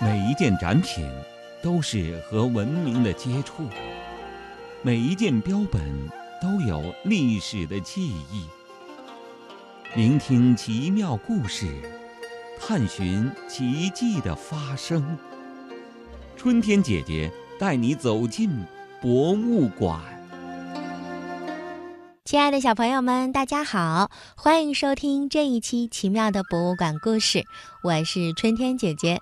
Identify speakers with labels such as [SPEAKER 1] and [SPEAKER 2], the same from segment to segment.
[SPEAKER 1] 每一件展品都是和文明的接触，每一件标本都有历史的记忆。聆听奇妙故事，探寻奇迹的发生。春天姐姐带你走进博物馆。
[SPEAKER 2] 亲爱的小朋友们，大家好，欢迎收听这一期奇妙的博物馆故事，我是春天姐姐。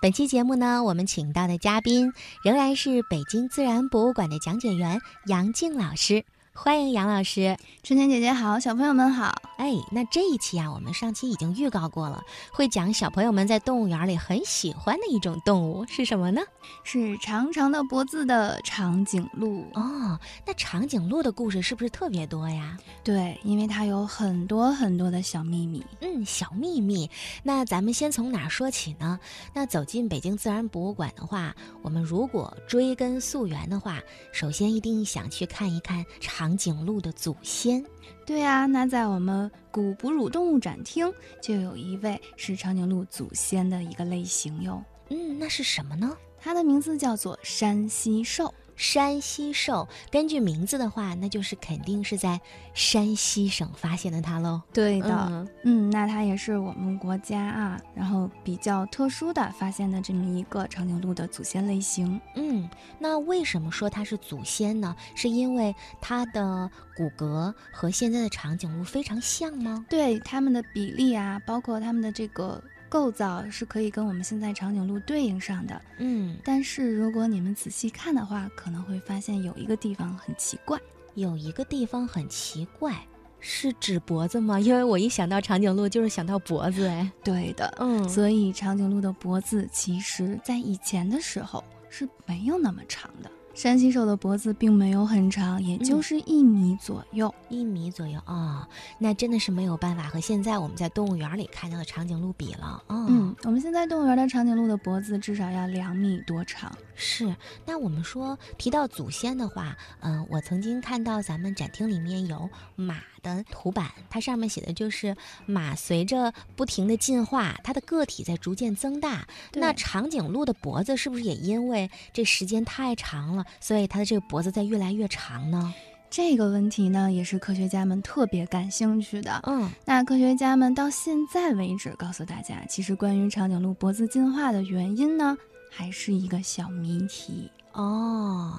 [SPEAKER 2] 本期节目呢，我们请到的嘉宾仍然是北京自然博物馆的讲解员杨静老师，欢迎杨老师。
[SPEAKER 3] 春天姐姐好，小朋友们好。
[SPEAKER 2] 哎，那这一期啊，我们上期已经预告过了，会讲小朋友们在动物园里很喜欢的一种动物是什么呢？
[SPEAKER 3] 是长长的脖子的长颈鹿。
[SPEAKER 2] 哦，那长颈鹿的故事是不是特别多呀？
[SPEAKER 3] 对，因为它有很多很多的小秘密。
[SPEAKER 2] 嗯，小秘密。那咱们先从哪儿说起呢？那走进北京自然博物馆的话，我们如果追根溯源的话，首先一定想去看一看长颈鹿的祖先。
[SPEAKER 3] 对啊，那在我们古哺乳动物展厅就有一位是长颈鹿祖先的一个类型哟。
[SPEAKER 2] 嗯，那是什么呢？
[SPEAKER 3] 它的名字叫做山西兽。
[SPEAKER 2] 山西兽，根据名字的话，那就是肯定是在山西省发现的它喽。
[SPEAKER 3] 对的，
[SPEAKER 2] 嗯
[SPEAKER 3] 嗯，那它也是我们国家啊，然后比较特殊的发现的这么一个长颈鹿的祖先类型。
[SPEAKER 2] 嗯，那为什么说它是祖先呢？是因为它的骨骼和现在的长颈鹿非常像吗？
[SPEAKER 3] 对它们的比例啊，包括它们的这个构造是可以跟我们现在长颈鹿对应上的。
[SPEAKER 2] 嗯，
[SPEAKER 3] 但是如果你们仔细看的话，可能会发现有一个地方很奇怪。
[SPEAKER 2] 有一个地方很奇怪，是指脖子吗？ 因为我一想到长颈鹿就是想到脖子，哎，
[SPEAKER 3] 对的，
[SPEAKER 2] 嗯所以
[SPEAKER 3] 所以长颈鹿的脖子其实在以前的时候是没有那么长的。山西兽的脖子并没有很长，也就是一米左右。
[SPEAKER 2] 一米左右啊、哦，那真的是没有办法和现在我们在动物园里看到的长颈鹿比了啊。哦
[SPEAKER 3] 嗯，我们现在动物园的长颈鹿的脖子至少要两米多长。
[SPEAKER 2] 是，那我们说提到祖先的话，嗯、我曾经看到咱们展厅里面有马的图版，它上面写的就是马随着不停的进化，它的个体在逐渐增大。那
[SPEAKER 3] 对
[SPEAKER 2] 长颈鹿的脖子是不是也因为这时间太长了，所以它的这个脖子在越来越长呢？
[SPEAKER 3] 这个问题呢，也是科学家们特别感兴趣的。
[SPEAKER 2] 嗯，
[SPEAKER 3] 那科学家们到现在为止告诉大家，其实关于长颈鹿脖子进化的原因呢，还是一个小谜题。
[SPEAKER 2] 哦，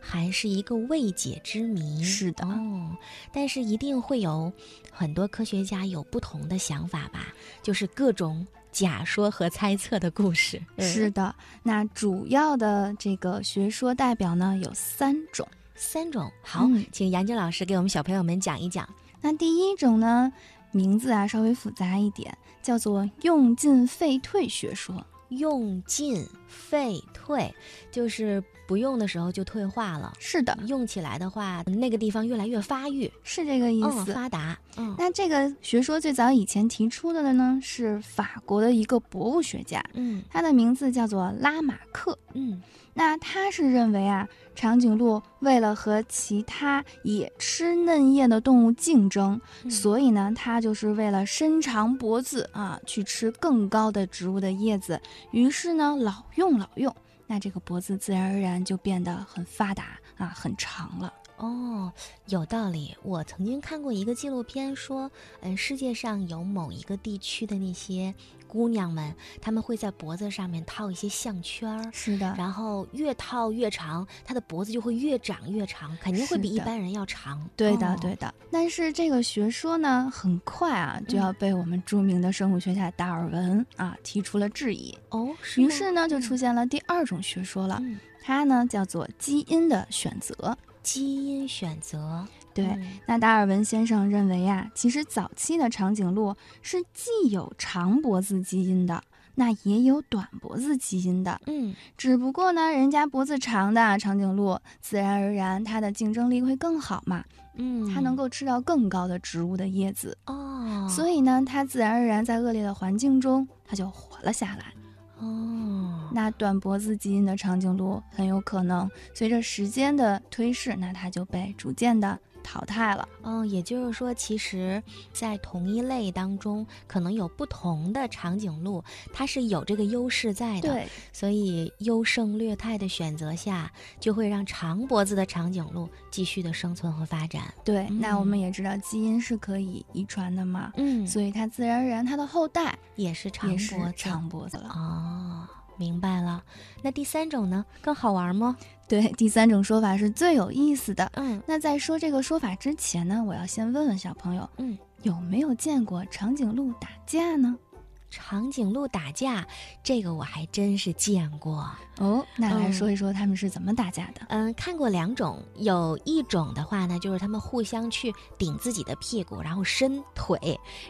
[SPEAKER 2] 还是一个未解之谜。
[SPEAKER 3] 是的
[SPEAKER 2] 嗯哦，但是一定会有很多科学家有不同的想法吧，就是各种假说和猜测的故事。
[SPEAKER 3] 是的，那主要的这个学说代表呢有三种。
[SPEAKER 2] 三种。好，
[SPEAKER 3] 嗯
[SPEAKER 2] 请杨静老师给我们小朋友们讲一讲。
[SPEAKER 3] 那第一种呢，名字啊稍微复杂一点，叫做用进废退学说。
[SPEAKER 2] 用进废退，就是不用的时候就退化了，
[SPEAKER 3] 是的，
[SPEAKER 2] 用起来的话，那个地方越来越发育，
[SPEAKER 3] 是这个意
[SPEAKER 2] 嗯，
[SPEAKER 3] 思。
[SPEAKER 2] 发达。嗯
[SPEAKER 3] 那这个学说最早以前提出的呢，是法国的一个博物学家，
[SPEAKER 2] 嗯
[SPEAKER 3] 他的名字叫做拉马克。
[SPEAKER 2] 嗯，
[SPEAKER 3] 那他是认为啊，长颈鹿为了和其他也吃嫩叶的动物竞争，
[SPEAKER 2] 嗯
[SPEAKER 3] 所以呢，它就是为了伸长脖子啊，去吃更高的植物的叶子。于是呢，老用老用，那这个脖子自然而然就变得很发达啊，很长了。
[SPEAKER 2] 哦，有道理。我曾经看过一个纪录片，说，嗯，世界上有某一个地区的那些姑娘们，她们会在脖子上面套一些项圈儿，
[SPEAKER 3] 是的，
[SPEAKER 2] 然后越套越长，她的脖子就会越长越长，肯定会
[SPEAKER 3] 是
[SPEAKER 2] 比一
[SPEAKER 3] 的
[SPEAKER 2] 般人要长。
[SPEAKER 3] 对的
[SPEAKER 2] 哦，
[SPEAKER 3] 对的。但是这个学说呢，很快啊
[SPEAKER 2] 嗯
[SPEAKER 3] 就要被我们著名的生物学家达尔文啊提出了质疑。
[SPEAKER 2] 哦，是
[SPEAKER 3] 于
[SPEAKER 2] 吗
[SPEAKER 3] 是呢，就出现了第二种学说了。
[SPEAKER 2] 嗯
[SPEAKER 3] 它呢叫做基因的选择。
[SPEAKER 2] 基因选择。
[SPEAKER 3] 对，
[SPEAKER 2] 嗯
[SPEAKER 3] 那达尔文先生认为呀、其实早期的长颈鹿是既有长脖子基因的，那也有短脖子基因的。
[SPEAKER 2] 嗯
[SPEAKER 3] 只不过呢，人家脖子长的啊长颈鹿，自然而然它的竞争力会更好嘛，
[SPEAKER 2] 嗯，
[SPEAKER 3] 它能够吃到更高的植物的叶子，
[SPEAKER 2] 哦，
[SPEAKER 3] 所以呢，它自然而然在恶劣的环境中，它就活了下来。
[SPEAKER 2] 哦，
[SPEAKER 3] 那短脖子基因的长颈鹿很有可能随着时间的推逝，那它就被逐渐的淘汰了。
[SPEAKER 2] 嗯，也就是说，其实，在同一类当中，可能有不同的长颈鹿，它是有这个优势在的。，
[SPEAKER 3] 对，
[SPEAKER 2] 所以优胜劣汰的选择下，就会让长脖子的长颈鹿继续的生存和发展。
[SPEAKER 3] 对，那我
[SPEAKER 2] 嗯
[SPEAKER 3] 们也知道基因是可以遗传的嘛，
[SPEAKER 2] 嗯
[SPEAKER 3] 所以它自然而然它的后代
[SPEAKER 2] 也是长
[SPEAKER 3] 也
[SPEAKER 2] 脖
[SPEAKER 3] 是
[SPEAKER 2] 子。
[SPEAKER 3] 长脖子了。
[SPEAKER 2] 哦，明白了。那第三种呢，更好玩吗？
[SPEAKER 3] 对，第三种说法是最有意思的。
[SPEAKER 2] 嗯
[SPEAKER 3] 那在说这个说法之前呢，我要先问问小朋友，
[SPEAKER 2] 嗯，
[SPEAKER 3] 有没有见过长颈鹿打架呢？
[SPEAKER 2] 长颈鹿打架，这个我还真是见过。
[SPEAKER 3] 哦，那来
[SPEAKER 2] 嗯
[SPEAKER 3] 说一说他们是怎么打架的。
[SPEAKER 2] 嗯，看过两种，有一种的话呢，就是他们互相去顶自己的屁股，然后伸腿；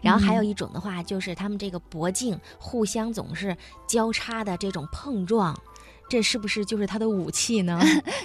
[SPEAKER 2] 然后还有
[SPEAKER 3] 嗯
[SPEAKER 2] 一种的话，就是他们这个脖颈互相总是交叉的这种碰撞，这是不是就是他的武器 呢？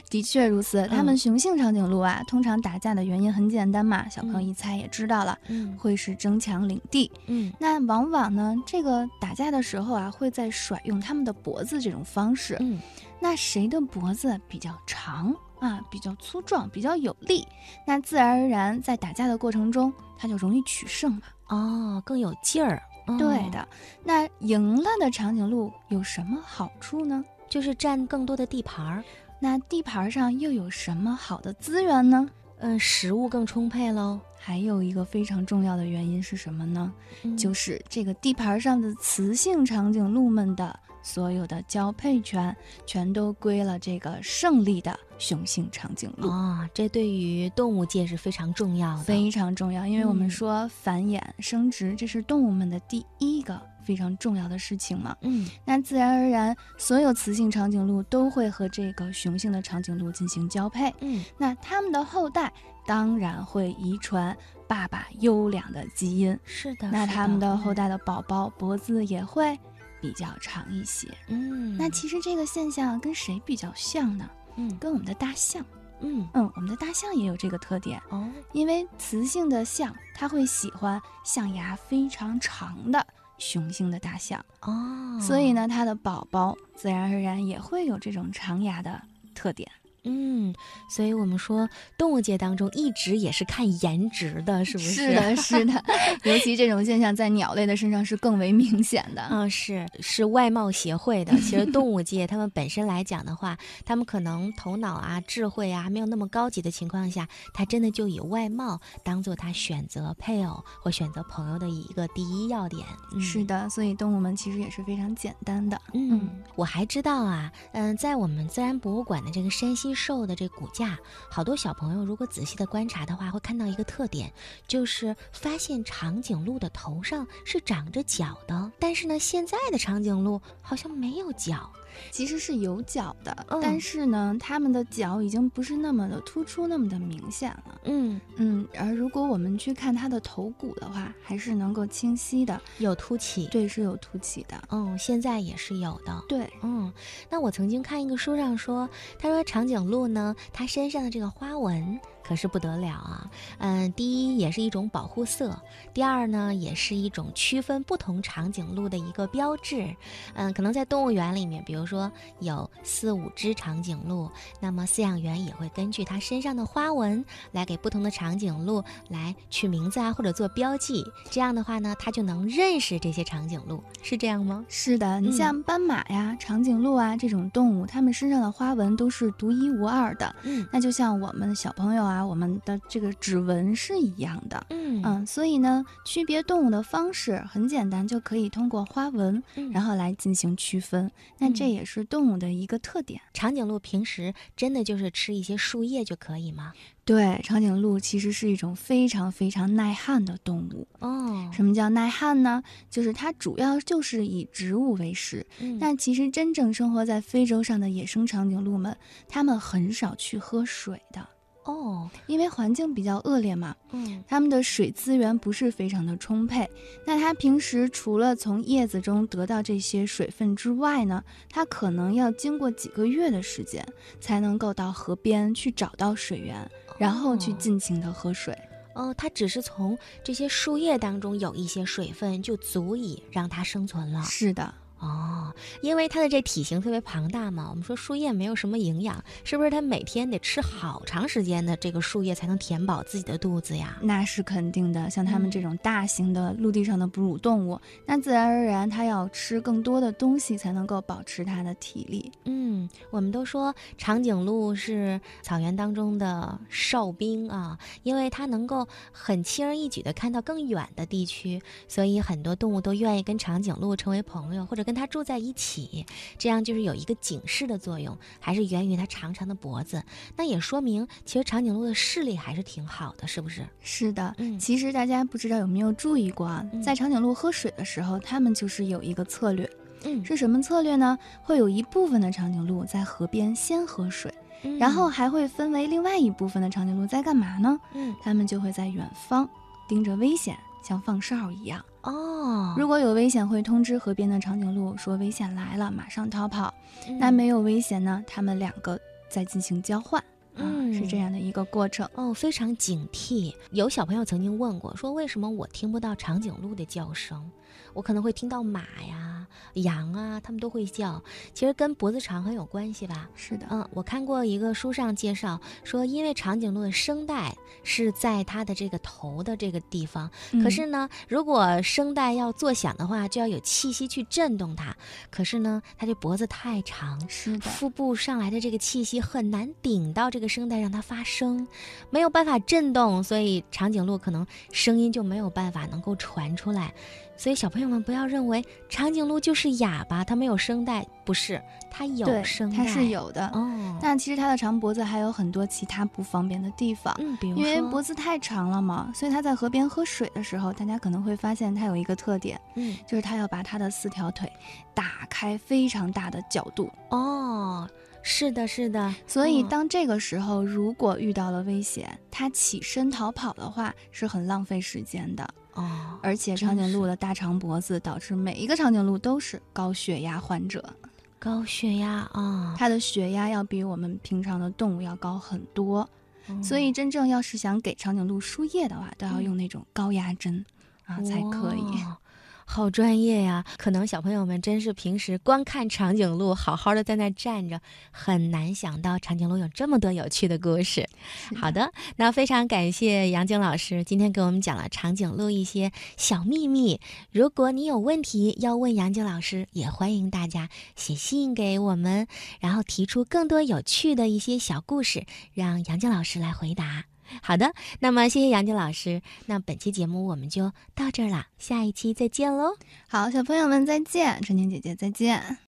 [SPEAKER 3] 的确如此，它
[SPEAKER 2] 嗯
[SPEAKER 3] 们雄性长颈鹿啊，通常打架的原因很简单嘛，小朋友
[SPEAKER 2] 嗯
[SPEAKER 3] 一猜也知道了，
[SPEAKER 2] 嗯
[SPEAKER 3] 会是争强领地。
[SPEAKER 2] 嗯
[SPEAKER 3] 那往往呢，这个打架的时候啊，会在甩用它们的脖子这种方式。
[SPEAKER 2] 嗯
[SPEAKER 3] 那谁的脖子比较长啊，比较粗壮，比较有力，那自然而然在打架的过程中，它就容易取胜嘛。
[SPEAKER 2] 哦，更有劲儿。
[SPEAKER 3] 对
[SPEAKER 2] 哦，
[SPEAKER 3] 的，那赢了的长颈鹿有什么好处呢？
[SPEAKER 2] 就是占更多的地盘儿，
[SPEAKER 3] 那地盘上又有什么好的资源呢？
[SPEAKER 2] 嗯、食物更充沛喽。
[SPEAKER 3] 还有一个非常重要的原因是什么呢？
[SPEAKER 2] 嗯
[SPEAKER 3] 就是这个地盘上的雌性长颈鹿们的所有的交配权，全都归了这个胜利的雄性长颈鹿。
[SPEAKER 2] 哦，这对于动物界是非常重要的。
[SPEAKER 3] 非常重要，因为我们
[SPEAKER 2] 嗯
[SPEAKER 3] 说繁衍生殖，这是动物们的第一个非常重要的事情嘛。
[SPEAKER 2] 嗯
[SPEAKER 3] 那自然而然，所有雌性长颈鹿都会和这个雄性的长颈鹿进行交配，
[SPEAKER 2] 嗯
[SPEAKER 3] 那它们的后代当然会遗传爸爸优良的基因，
[SPEAKER 2] 是的。
[SPEAKER 3] 那
[SPEAKER 2] 是
[SPEAKER 3] 它们的
[SPEAKER 2] 嗯
[SPEAKER 3] 后代的宝宝脖子也会比较长一些。
[SPEAKER 2] 嗯，
[SPEAKER 3] 那其实这个现象跟谁比较像呢？
[SPEAKER 2] 嗯
[SPEAKER 3] 跟我们的大象，
[SPEAKER 2] 嗯
[SPEAKER 3] 嗯，我们的大象也有这个特点。
[SPEAKER 2] 哦
[SPEAKER 3] 因为雌性的象，它会喜欢象牙非常长的雄性的大象，
[SPEAKER 2] 哦，
[SPEAKER 3] 所以，呢，它的宝宝自然而然也会有这种长牙的特点，
[SPEAKER 2] 嗯，所以我们说动物界当中一直也是看颜值的，是不是？
[SPEAKER 3] 是的，是的， 尤其这种现象在鸟类的身上是更为明显的。
[SPEAKER 2] 嗯，是是外貌协会的。其实动物界他们本身来讲的话，他们可能头脑啊、智慧啊没有那么高级的情况下，他真的就以外貌当做他选择配偶或选择朋友的一个第一要点。嗯、
[SPEAKER 3] 是的，所以动物们其实也是非常简单的。
[SPEAKER 2] 嗯，我还知道啊，嗯、在我们自然博物馆的这个山西兽的这骨架，好多小朋友如果仔细的观察的话，会看到一个特点，就是发现长颈鹿的头上是长着角的，但是呢，现在的长颈鹿好像没有角。
[SPEAKER 3] 其实是有角的，
[SPEAKER 2] 嗯
[SPEAKER 3] 但是呢，它们的角已经不是那么的突出，那么的明显了。
[SPEAKER 2] 嗯，
[SPEAKER 3] 嗯，而如果我们去看它的头骨的话，还是能够清晰的，
[SPEAKER 2] 有凸起。
[SPEAKER 3] 对，是有凸起的。
[SPEAKER 2] 嗯，现在也是有的。
[SPEAKER 3] 对，
[SPEAKER 2] 嗯，那我曾经看一个书上说，他说长颈鹿呢，它身上的这个花纹可是不得了啊。嗯，第一也是一种保护色，第二呢也是一种区分不同长颈鹿的一个标志。嗯，可能在动物园里面，比如说有四五只长颈鹿，那么饲养员也会根据它身上的花纹来给不同的长颈鹿来取名字啊，或者做标记。这样的话呢，它就能认识这些长颈鹿，是这样吗？
[SPEAKER 3] 是的，你
[SPEAKER 2] 嗯
[SPEAKER 3] 像斑马呀、长颈鹿啊这种动物，它们身上的花纹都是独一无二的。
[SPEAKER 2] 嗯
[SPEAKER 3] 那就像我们小朋友啊，我们的这个指纹是一样的。
[SPEAKER 2] 嗯
[SPEAKER 3] 嗯，所以呢，区别动物的方式很简单，就可以通过花纹，
[SPEAKER 2] 嗯
[SPEAKER 3] 然后来进行区分。那这
[SPEAKER 2] 嗯
[SPEAKER 3] 也是动物的一个特点。
[SPEAKER 2] 长颈鹿平时真的就是吃一些树叶就可以吗？
[SPEAKER 3] 对，长颈鹿其实是一种非常非常耐旱的动物。
[SPEAKER 2] 哦
[SPEAKER 3] 什么叫耐旱呢？就是它主要就是以植物为食。
[SPEAKER 2] 嗯
[SPEAKER 3] 那其实真正生活在非洲上的野生长颈鹿们，它们很少去喝水的，
[SPEAKER 2] 哦，
[SPEAKER 3] 因为环境比较恶劣嘛，
[SPEAKER 2] 嗯
[SPEAKER 3] 它们的水资源不是非常的充沛。那它平时除了从叶子中得到这些水分之外呢，它可能要经过几个月的时间，才能够到河边去找到水源，然后去
[SPEAKER 2] 哦
[SPEAKER 3] 尽情的喝水。
[SPEAKER 2] 哦，它只是从这些树叶当中有一些水分，就足以让它生存了。
[SPEAKER 3] 是的，
[SPEAKER 2] 哦，因为它的这体型特别庞大嘛，我们说树叶没有什么营养，是不是它每天得吃好长时间的这个树叶才能填饱自己的肚子呀？
[SPEAKER 3] 那是肯定的，像它们
[SPEAKER 2] 嗯
[SPEAKER 3] 这种大型的陆地上的哺乳动物，那自然而然它要吃更多的东西才能够保持它的体力。
[SPEAKER 2] 嗯，我们都说长颈鹿是草原当中的哨兵啊，因为它能够很轻而易举地看到更远的地区，所以很多动物都愿意跟长颈鹿成为朋友，或者跟它住在一起，这样就是有一个警示的作用，还是源于它长长的脖子。那也说明其实长颈鹿的视力还是挺好的，是不是？
[SPEAKER 3] 是的，
[SPEAKER 2] 嗯
[SPEAKER 3] 其实大家不知道有没有注意过啊，
[SPEAKER 2] 嗯
[SPEAKER 3] 在长颈鹿喝水的时候，它们就是有一个策略，
[SPEAKER 2] 嗯
[SPEAKER 3] 是什么策略呢？会有一部分的长颈鹿在河边先喝水，
[SPEAKER 2] 嗯
[SPEAKER 3] 然后还会分为另外一部分的长颈鹿在干嘛呢？
[SPEAKER 2] 嗯
[SPEAKER 3] 它们就会在远方盯着危险，像放哨一样。
[SPEAKER 2] 哦，
[SPEAKER 3] 如果有危险，会通知河边的长颈鹿说危险来了，马上逃跑。
[SPEAKER 2] 嗯
[SPEAKER 3] 那没有危险呢，它们两个在进行交换，
[SPEAKER 2] 嗯
[SPEAKER 3] 啊，是这样的一个过程。
[SPEAKER 2] 哦，非常警惕。有小朋友曾经问过，说为什么我听不到长颈鹿的叫声？我可能会听到马呀、羊啊，它们都会叫。其实跟脖子长很有关系吧。
[SPEAKER 3] 是的，
[SPEAKER 2] 嗯，我看过一个书上介绍说，因为长颈鹿的声带是在它的这个头的这个地方，
[SPEAKER 3] 嗯
[SPEAKER 2] 可是呢，如果声带要作响的话，就要有气息去震动它。可是呢，它这脖子太长，
[SPEAKER 3] 嗯是的，
[SPEAKER 2] 腹部上来的这个气息很难顶到这个声带，让它发声，没有办法震动，所以长颈鹿可能声音就没有办法能够传出来。所以小朋友们不要认为长颈鹿就是哑巴，它没有声带，不是，它有
[SPEAKER 3] 对
[SPEAKER 2] 声，带，
[SPEAKER 3] 它是有的。
[SPEAKER 2] 哦，
[SPEAKER 3] 那其实它的长脖子还有很多其他不方便的地方。
[SPEAKER 2] 嗯，比如
[SPEAKER 3] 因为
[SPEAKER 2] 说
[SPEAKER 3] 脖子太长了嘛，所以它在河边喝水的时候，大家可能会发现它有一个特点，
[SPEAKER 2] 嗯
[SPEAKER 3] 就是它要把它的四条腿打开非常大的角度。
[SPEAKER 2] 哦，是的，是的，
[SPEAKER 3] 所以
[SPEAKER 2] 嗯
[SPEAKER 3] 当这个时候，如果遇到了危险，它起身逃跑的话，是很浪费时间的。
[SPEAKER 2] 哦，
[SPEAKER 3] 而且
[SPEAKER 2] 真
[SPEAKER 3] 长颈鹿的大长脖子导致每一个长颈鹿都是高血压患者，
[SPEAKER 2] 啊高血压啊，
[SPEAKER 3] 它的血压要比我们平常的动物要高很多。
[SPEAKER 2] 嗯
[SPEAKER 3] 所以真正要是想给长颈鹿输液的话，都要
[SPEAKER 2] 嗯
[SPEAKER 3] 用那种高压针啊才可以。
[SPEAKER 2] 哇。好专业呀！可能小朋友们真是平时光看长颈鹿，好好的在那站着，很难想到长颈鹿有这么多有趣的故事。
[SPEAKER 3] 是
[SPEAKER 2] 好的，那非常感谢杨静老师今天给我们讲了长颈鹿一些小秘密。如果你有问题要问杨静老师，也欢迎大家写信给我们，然后提出更多有趣的一些小故事，让杨静老师来回答。好的，那么谢谢杨静老师，那本期节目我们就到这儿了，下一期再见喽。
[SPEAKER 3] 好，小朋友们再见，春天姐姐再见。